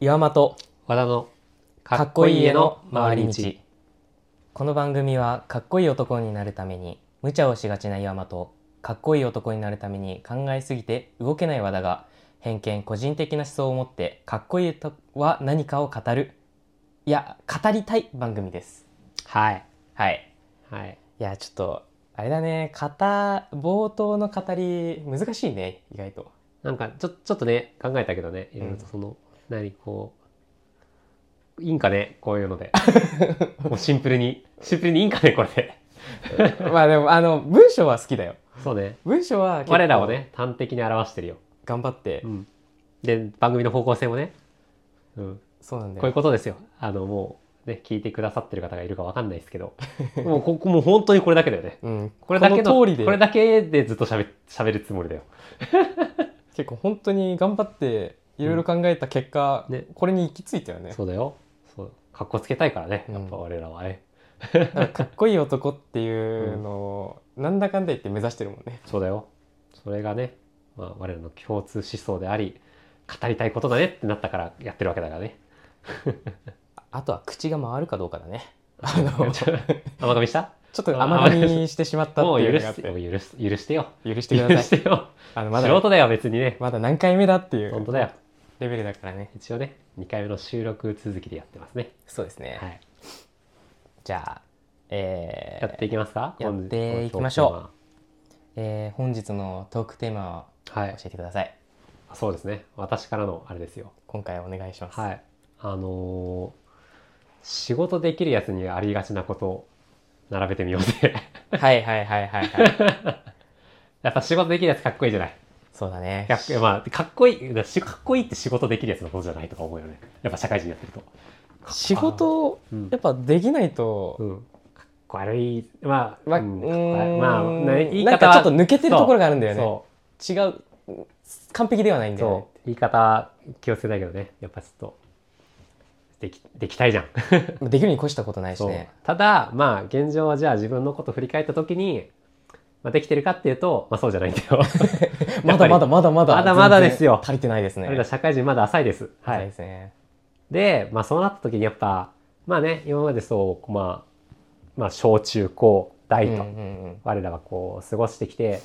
岩間と和田のかっこいい家の回り道この番組はかっこいい男になるために無茶をしがちな岩間とかっこいい男になるために考えすぎて動けない和田が偏見個人的な思想を持ってかっこいいとは何かを語るいや語りたい番組ですはいはいはいいやちょっとあれだね型冒頭の語り難しいね意外 となんかちょちょっとね考えたけどねいろいろとその、何こういいんかねこういうの でもうシンプルにシンプルにいいんかねこれでまあでもあの文章は好きだよそうね文章は結構我らをね端的に表してるよ、頑張ってうん、で番組の方向性もね、うん、そうなんだこういうよことですよあのもうね聞いてくださってる方がいるかわかんないです けどもうここもう本当にこれだけだよねうんこれだけのこの通りでこれだけでずっとしゃべるつもりだよ結構本当に頑張っていろいろ考えた結果、うんねこれに行き着いたよねそうだよ。そう。かっこつけたいからね。うんやっぱ我らはね。だからかっこいい男っていうのをなんだかんだ言って目指してるもんねそうだよ。それがね、まあ我らの共通思想であり、語りたいことだねってなったからやってるわけだか らね。あとは口が回るかどうかだねあ のちょ甘噛みしたっと甘噛みしてしまったもっうていう許のがあっしてもう許す許してよ。許して許くださしいてよ。あのま素だ人だよ、別にね。まだ何回目だっていう本当だよ。レベルだからね一応ね、2回目の収録続きでやってますね。そうですね、はい。じゃあえやーっていきますかやっていきましょえー本日のトークテーマう。はをい教。えてくださいそうですね。私からのあれですよ。今回お願いします、はい。あのー仕事できるやつにありがちなことを並べてみようぜ。 はい、はいはいはいはいやっぱ仕事できるやつかっこいいじゃない。そうだねやっぱまあ、かっこいい、しかっこいいって仕事できるやつのことじゃないとか思うよね。やっぱ社会人やってると。仕事をうんや。っぱできないと、うんかっこ悪い。まあ、まあ、うんうかっこ悪いーんまあ、ね、言いなん方かはちょっと抜けてるところがあるんだよね。そ違う、完璧ではないんう。だよそう。言い方は気をつけたいけどね。やっぱちょっと、でき、できたいじゃん。ね。できるに越したことないしそうね。ただまあ現状はじゃあ自分のこと振り返った時に、まあ、できてるかっていうと、まあ、そうじゃないんだよ まだまだまだまだ。まだまだですよ全然足りてないですね。俺ら社会人まだ浅いです、ははい。いで、すね。で、まあ、そうなった時にやっぱまあね今までそう、まあ、まあ小中高大うんと、うんうん我らはこう過ごしてきて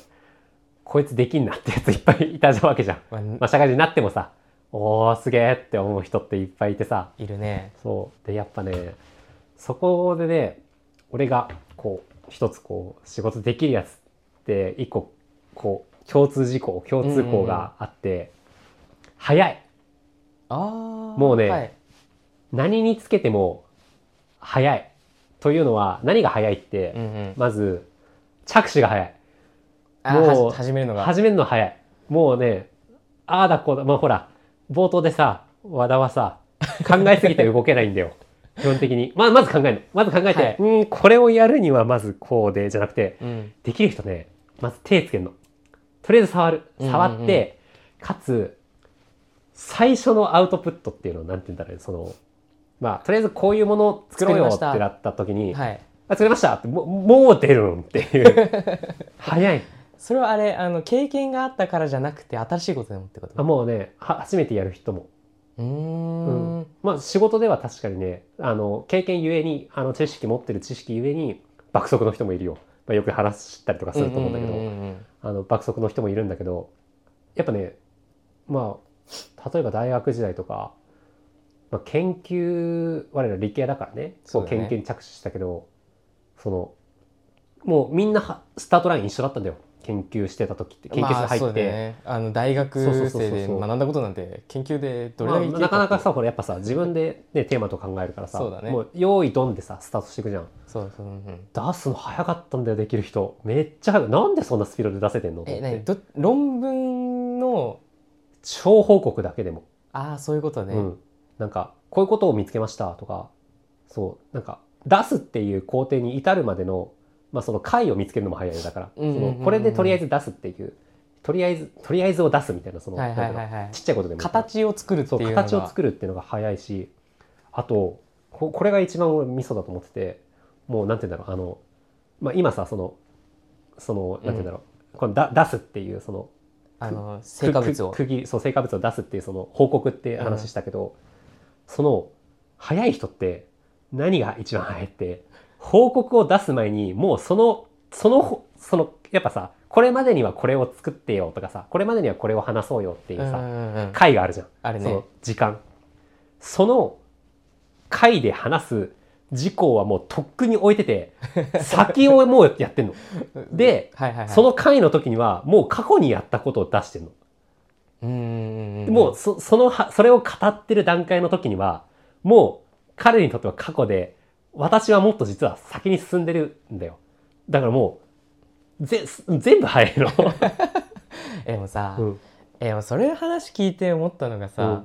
こいつできんなってやついっぱいいたわけじゃん、まあまあ、社会人になってもさおーすげえって思う人っていっぱいいてさいるね。そうでやっぱねそこでね俺がこう一つこう仕事できるやつって一個こう共通事項共通項があって、早いああ。もうねはい何につけても早いというのは何が早いって、うんうん。まず着手が早いあもうーはじ始めるのが。始めるの早いもうねああだこうだまあほら冒頭でさ和田はさ考えすぎて動けないんだよ 基本的にまあまず考えるまず考えて、はいうんこれをやるにはまずこうでじゃなくてうん。できる人ねまず手つけるのとりあえず触るうんうんうん触って、かつ最初のアウトプットっていうのをなんて言うんだろうねそのまあとりあえずこういうものを作ろうよ作りまっしてたなった時に「はい。あ作れました!」ってももう出るんっていう 早いそれはあれ、あの、経験があったからじゃなくて、新しいことでもってことあもうねは初めてやる人もうーん。まあ仕事では確かにねあの経験ゆえにあの知識持ってる知識ゆえに爆速の人もいるよ、まあ、よく話したりとかすると思うんだけど、うんうんうんうんあの爆速の人もいるんだけどやっぱねまあ例えば大学時代とか、まあ、研究我ら理系だからねそそううだね研究に着手したけどそのもうみんなはスタートライン一緒だったんだよ研究してた時って研究室まあ入って、そうだよね、あの大学生で学んだことなんて研究でどれだけ生まあきるなかなってかさほらやっぱさ自分で、ね、テーマとか考えるからさそうだねもう用意ドンでさスタートしていくじゃんそうそう、うんうん、出すの早かったんだよできる人めっちゃ早いなんでそんなスピードで出せてんのとえ思っ何てど論文の超報告だけでも、ああそういうことね、うん、なんかこういうことを見つけましたとかそうなんか出すっていう工程に至るまでの、まあ、その回を見つけるのも早いよだからそうんうんうんうんのこれでとりあえず出すっていうとりあえずとりあえずを出すみたいなそのはいはいはなんいかはいちっちゃいことでもいいから形を作るってそいううのが形を作るっていうのが早いしあとここれが一番俺ミソだと思っててもうなんて言うんだろうあの、まあ、今さそのそのなんて言うんだろう、このだ出すっていうそのあの成果物をくく区切りそう成果物を出すっていうその報告って話したけど、その早い人って何が一番早いって報告を出す前にもうそのそのそのやっぱさこれまでにはこれを作ってよとかさこれまでにはこれを話そうよっていううんうさんうん回があるじゃんあるそねの時間その回で話す事項はもうとっくに置いてて 先をもうやってんので、はいはいはい、その回の時にはもう過去にやったことを出してんのうんうんうんうんもうそそのはそれを語ってる段階の時にはもう彼にとっては過去で私はもっと実は先に進んでるんだよだからもうぜ全部早い の、えでもさ、うんえでもそれ話聞いて思ったのがさ、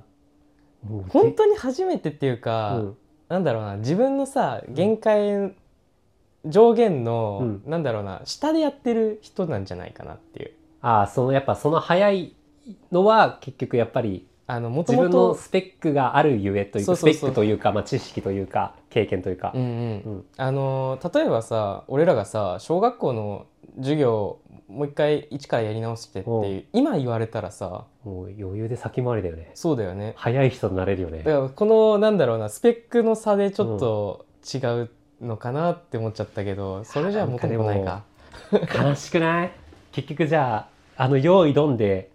もう本当に初めてっていうか、うんなんだろうな自分のさ限界上限の、なんだろうな下でやってる人なんじゃないかなっていうああそのやっぱその早いのは結局やっぱりあのもと自分ものとスペックがあるゆえというそかうスそペうそうックというかまあ知識というか経験というかうんうんうんあのー例えばさ俺らがさ小学校の授業をもう一回一からやり直してっておいうう今言われたらさもう余裕で先回りだよねそうだよね早い人になれるよねだからこのなんだろうなスペックの差でちょっと違うのかなって思っちゃったけどそれじゃ元も子もないなんか 悲しくない結局じゃああの用意どんで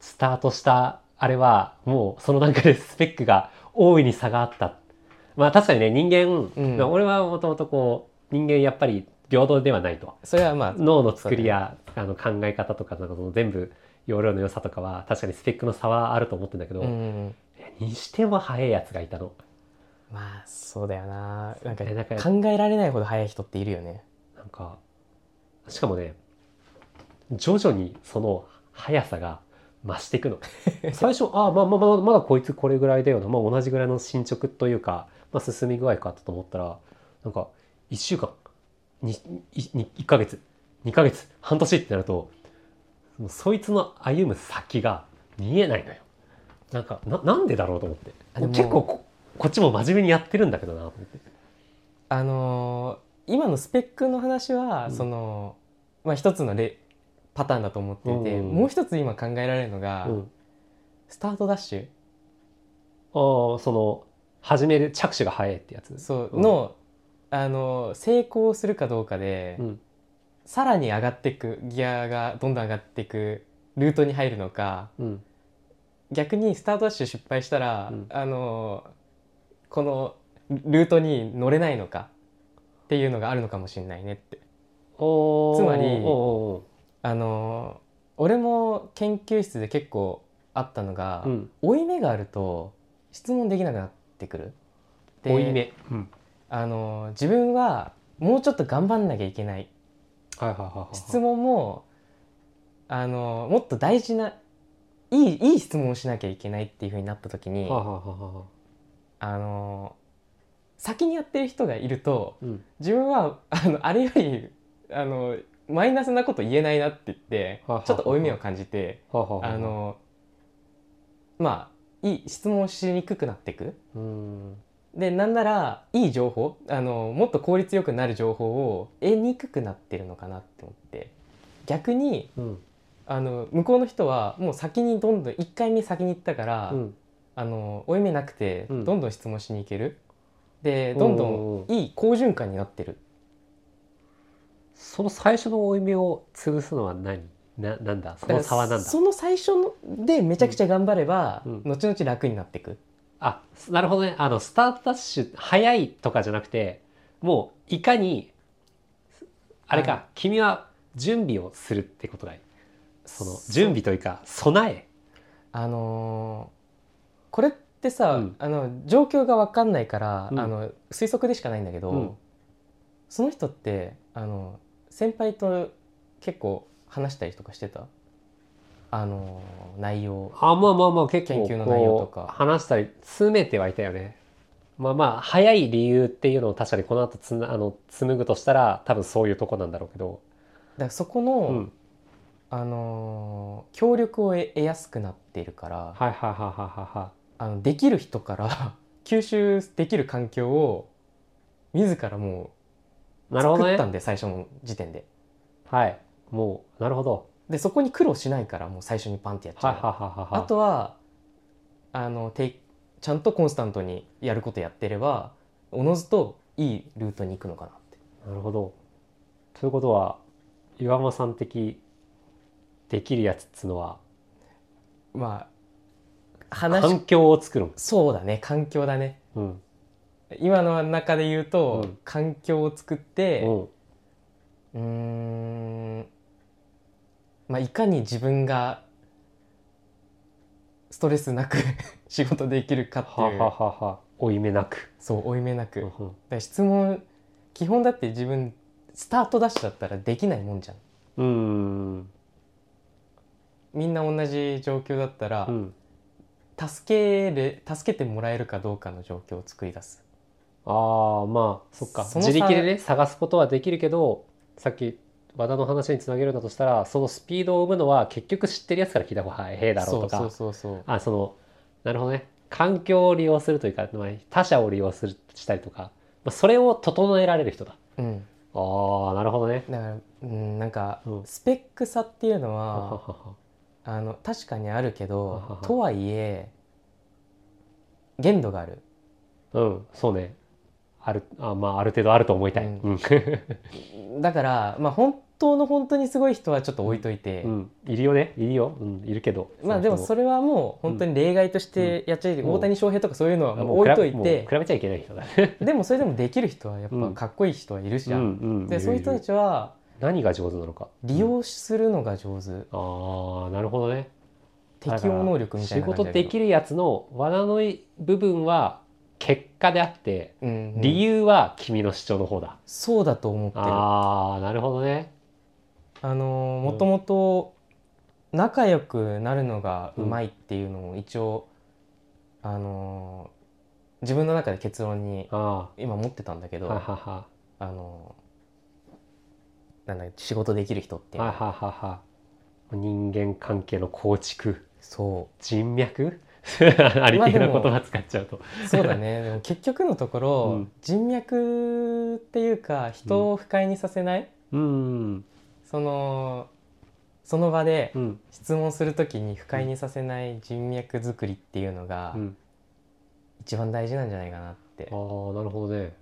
スタートしたあれはもうその中でスペックが大いに差があったまあ確かにね人間、うんまあ俺はもともとこう人間やっぱり平等ではないとそれはまあ脳の作りや、あの考え方とかなんかその全部容量の良さとかは確かにスペックの差はあると思ってんだけど、うんうんにしても早いやつがいたのまあそうだよななんかえなんか考えられないほど早い人っているよねなんかしかもね徐々にその速さが増してい くの最初ああまあまあまあまだこいつこれぐらいだよな、まあ、同じぐらいの進捗というか、まあ、進み具合かと思ったらなんか1週間にいに1ヶ月2ヶ月半年ってなるともうそいつの歩む先が見えないのよなんかななんでだろうと思ってあでも結構ここっちも真面目にやってるんだけどなと思ってあのー今のスペックの話は、うんそのまあ一つの例パターンだと思っていて、うんもう一つ今考えられるのが、うんスタートダッシュああその始める着手が早いってやつそう、うんのあの成功するかどうかで、うんさらに上がっていくギアがどんどん上がっていくルートに入るのかうん逆にスタートダッシュ失敗したら、うんあのこのルートに乗れないのかっていうのがあるのかもしれないねって。おーつまりおーおあの俺も研究室で結構あったのが、ーうん負い目があると質問できなくなってくる。で追い目、うん、あの自分はもうちょっと頑張んなきゃいけないはいはいはいはい質問もあのもっと大事ないいいい質問をしなきゃいけないっていう風になった時に、はいはいはいはいはあの先にやってる人がいるというん自分はあのあれよりあのマイナスなこと言えないなって言ってはあはあはあちょっと負い目を感じてはははあのまあいい質問をしにくくなっていく。うんでなんならいい情報あのもっと効率よくなる情報を得にくくなってるのかなって思って逆にうんあの向こうの人はもう先にどんどん1回目先に行ったから、うんあの負い目なくてうんどんどん質問しに行ける、でどんどおんーいい好循環になってるその最初の追い目を潰すのは何ななんだその差はなんだその最初のでめちゃくちゃ頑張れば、うん後々楽になっていくあなるほどねあのスタートダッシュ早いとかじゃなくてもういかにあれか、はい君は準備をするってことがいいその準備というか備えあのーこれってさ、うんあの状況が分かんないから、うんあの推測でしかないんだけど、うんその人ってあの先輩と結構話したりとかしてたあのー内容あまあまあまあ結構研究の内容とこかう話したり詰めてはいたよねまあまあ早い理由っていうのを確かにこの後つなあの紡ぐとしたら多分そういうとこなんだろうけど、だからそこの、うん、あのー協力を得得やすくなっているから、はいはいはいはいはいはあのできる人から 吸収できる環境を自らもいうなるほど作ったねんで、最初の時点で。はいもうなるほどでそこに苦労しないからもう最初にパンってやっちゃはういはいはいはいはいあとはあのてちゃんとコンスタントにやることやってればおのずといいルートに行くのかなってなるほど。ということは岩間さん的できるやつっつのはまあ話環し境を作るんそうだね環境だねうん今の中で言うと、うん環境を作っうて、んうーんまあいかに自分がストレスなく 仕事できるかってはいうははは負い目なく、そう負い目なくうだんかうんら質問基本だって自分スタートダッシュだったらできないもんじゃんうーんみんな同じ状況だったら、うん助けれ助けてもらえるかどうかの状況を作り出すああまあそっかその差自力でね探すことはできるけどさっき和田の話につなげるんだとしたらそのスピードを生むのは結局知ってるやつから聞いた方が早いだろうとかそうそうそうそうあそのなるほどね環境を利用するというかまあ他者を利用するしたりとか、まあ、それを整えられる人だうんああなるほどねだからうんなんかうんスペック差っていうのあはは、ははあの確かにあるけははどはとはいえ限度がある うん、そうね。ある、あ、まあ、ある程度あると思いたい。ううんん、 だからまあ本当の本当にすごい人はちょっと置いといて、うんいるよね、いるよ、うん、いるけど。まあでもそれはもう本当に例外としてやっちゃいけない、うん大谷翔平とかそういうのははもう置いといもうて比べちゃいけない人だね。でもそれでもできる人はやっうぱんかっこいい人はいるじゃん、うんうんでいるそういう人たるちは何が上手なのか。利用するのが上手、ああ、なるほどね。適応能力みたいな感仕じ事できるやつの罠の部分は結果であって、る、うんうん理由は君の主張の方だ。そうだと思ってるあああ、なるほどね。のーもともと仲良くなるのがうまいっていうのを一応、あのー自分の中で結論にあ今持ってたんだけあ、ど、ははは。あのーなんだ仕事できる人っていうはのはははは。人間関係の構築。そ人脈 ありきの言葉使っちゃうと。うそうだ ねでも結局のところ、うん人脈っていうか人を不快にさせない、うん。そのその場でうん。質問するときに不快にさせない人脈作りっていうのがうん。一番大事なんじゃないかなってああ、なるほどね。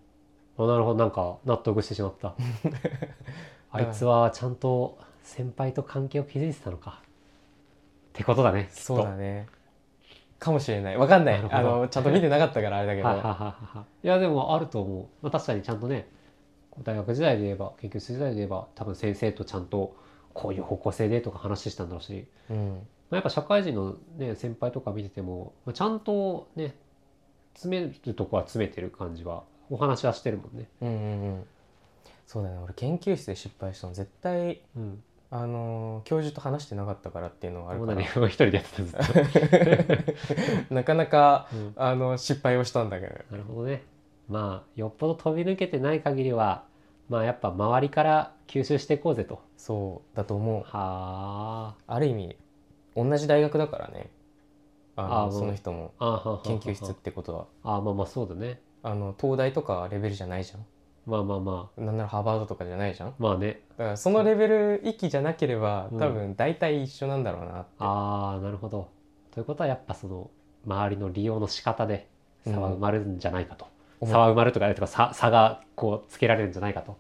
あなるほど。なんか納得してしま った。あいつはちゃんと先輩と関係を築いてたのか。ってことだね。きっとそうだねかもしれないわかんないなるほどあのちゃんと見てなかったからあれだけはいはいはどいはい。いや、でもあると思う。まあ、確かにちゃんとね、大学時代で言えば、研究室時代で言えば、多分先生とちゃんとこういう方向性でとか話したんだろうし、うんまあ、やっぱ社会人の、ね、先輩とか見てても、まあ、ちゃんとね詰めるとこは詰めてる感じはお話はしてるもんね。うんうんうんそうだね俺研究室で失敗したの絶対うん、あの教授と話してなかったからっていうのがあるもかうらね一人でやってたずっと なかなかうんあの失敗をしたんだけどなるほどね。まあよっぽど飛び抜けてない限りはまあやっぱ周りから吸収していこうぜと。そうだと思うはある意味同じ大学だからねあのあもうその人もあ。あははは研究室ってことはあまあまあそうだね。あの東大とかレベルじゃないじゃまあまあまんなんならハーバードとかじゃないじゃんあまあね。だからそのレベル域じゃなければうん多分大体一緒なんだろうなって、ああなるほど。ということはやっぱその周りの利用の仕方で差は埋まるんじゃないかと。思差は埋まるとかねとか差差がこうつけられるんじゃないかと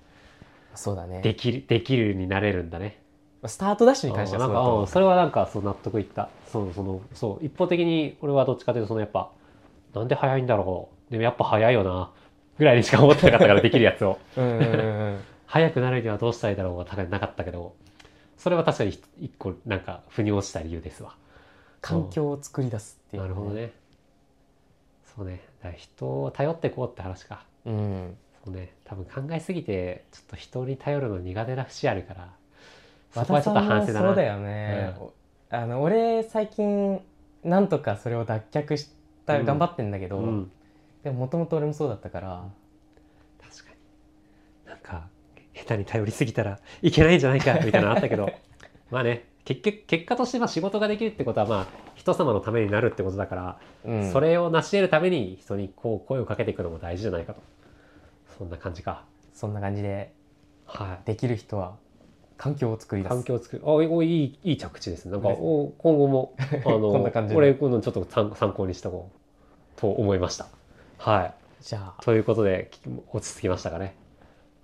そうだねできるできるになれるんだねスタートダッシュに関してはあそうーなだと思んかうんうそれはなんかそう納得いったそうそのそう一方的に俺はどっちかというとそのやっぱなんで早いんだろうでもやっぱ早いよなぐらいにしか思ってなかったからできるやつを うんうんうんうん早くなるにはどうしたらいいだろうが確かになかったけどそれは確かに一一個なんか腑に落ちた理由ですわ環境を作り出すっていう、なるほどねそうねだから人を頼ってこうって話かうんそうね、多分考えすぎてちょっと人に頼るの苦手な節あるからそこは私ちょっさとん反も省だそうだなよね、あの俺最近なんとかそれを脱却した、うん頑張ってんだけど、うんでももともと俺もそうだったから確かになんか下手に頼りすぎたらいけないんじゃないかみたいなのあっ たけどまあね結局結果としてまあ仕事ができるってことはまあ人様のためになるってことだから、うんそれを成し得るために人にこう声をかけていくのも大事じゃないかとそんな感じかそんな感じではいできる人は環境を作り出す環境を作るあおいいいい着地ですねなんかですお今後もあの こんな感じで俺このちょっと参参考にしたこうと思いました。はい。じゃあということで、き落ち着きましたかね。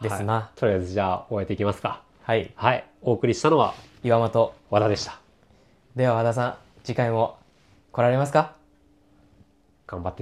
ですなはいとりあえずじゃあ終えていきますか。はいはい。お送りしたのは岩本和田でした。では和田さん次回も来られますか頑張って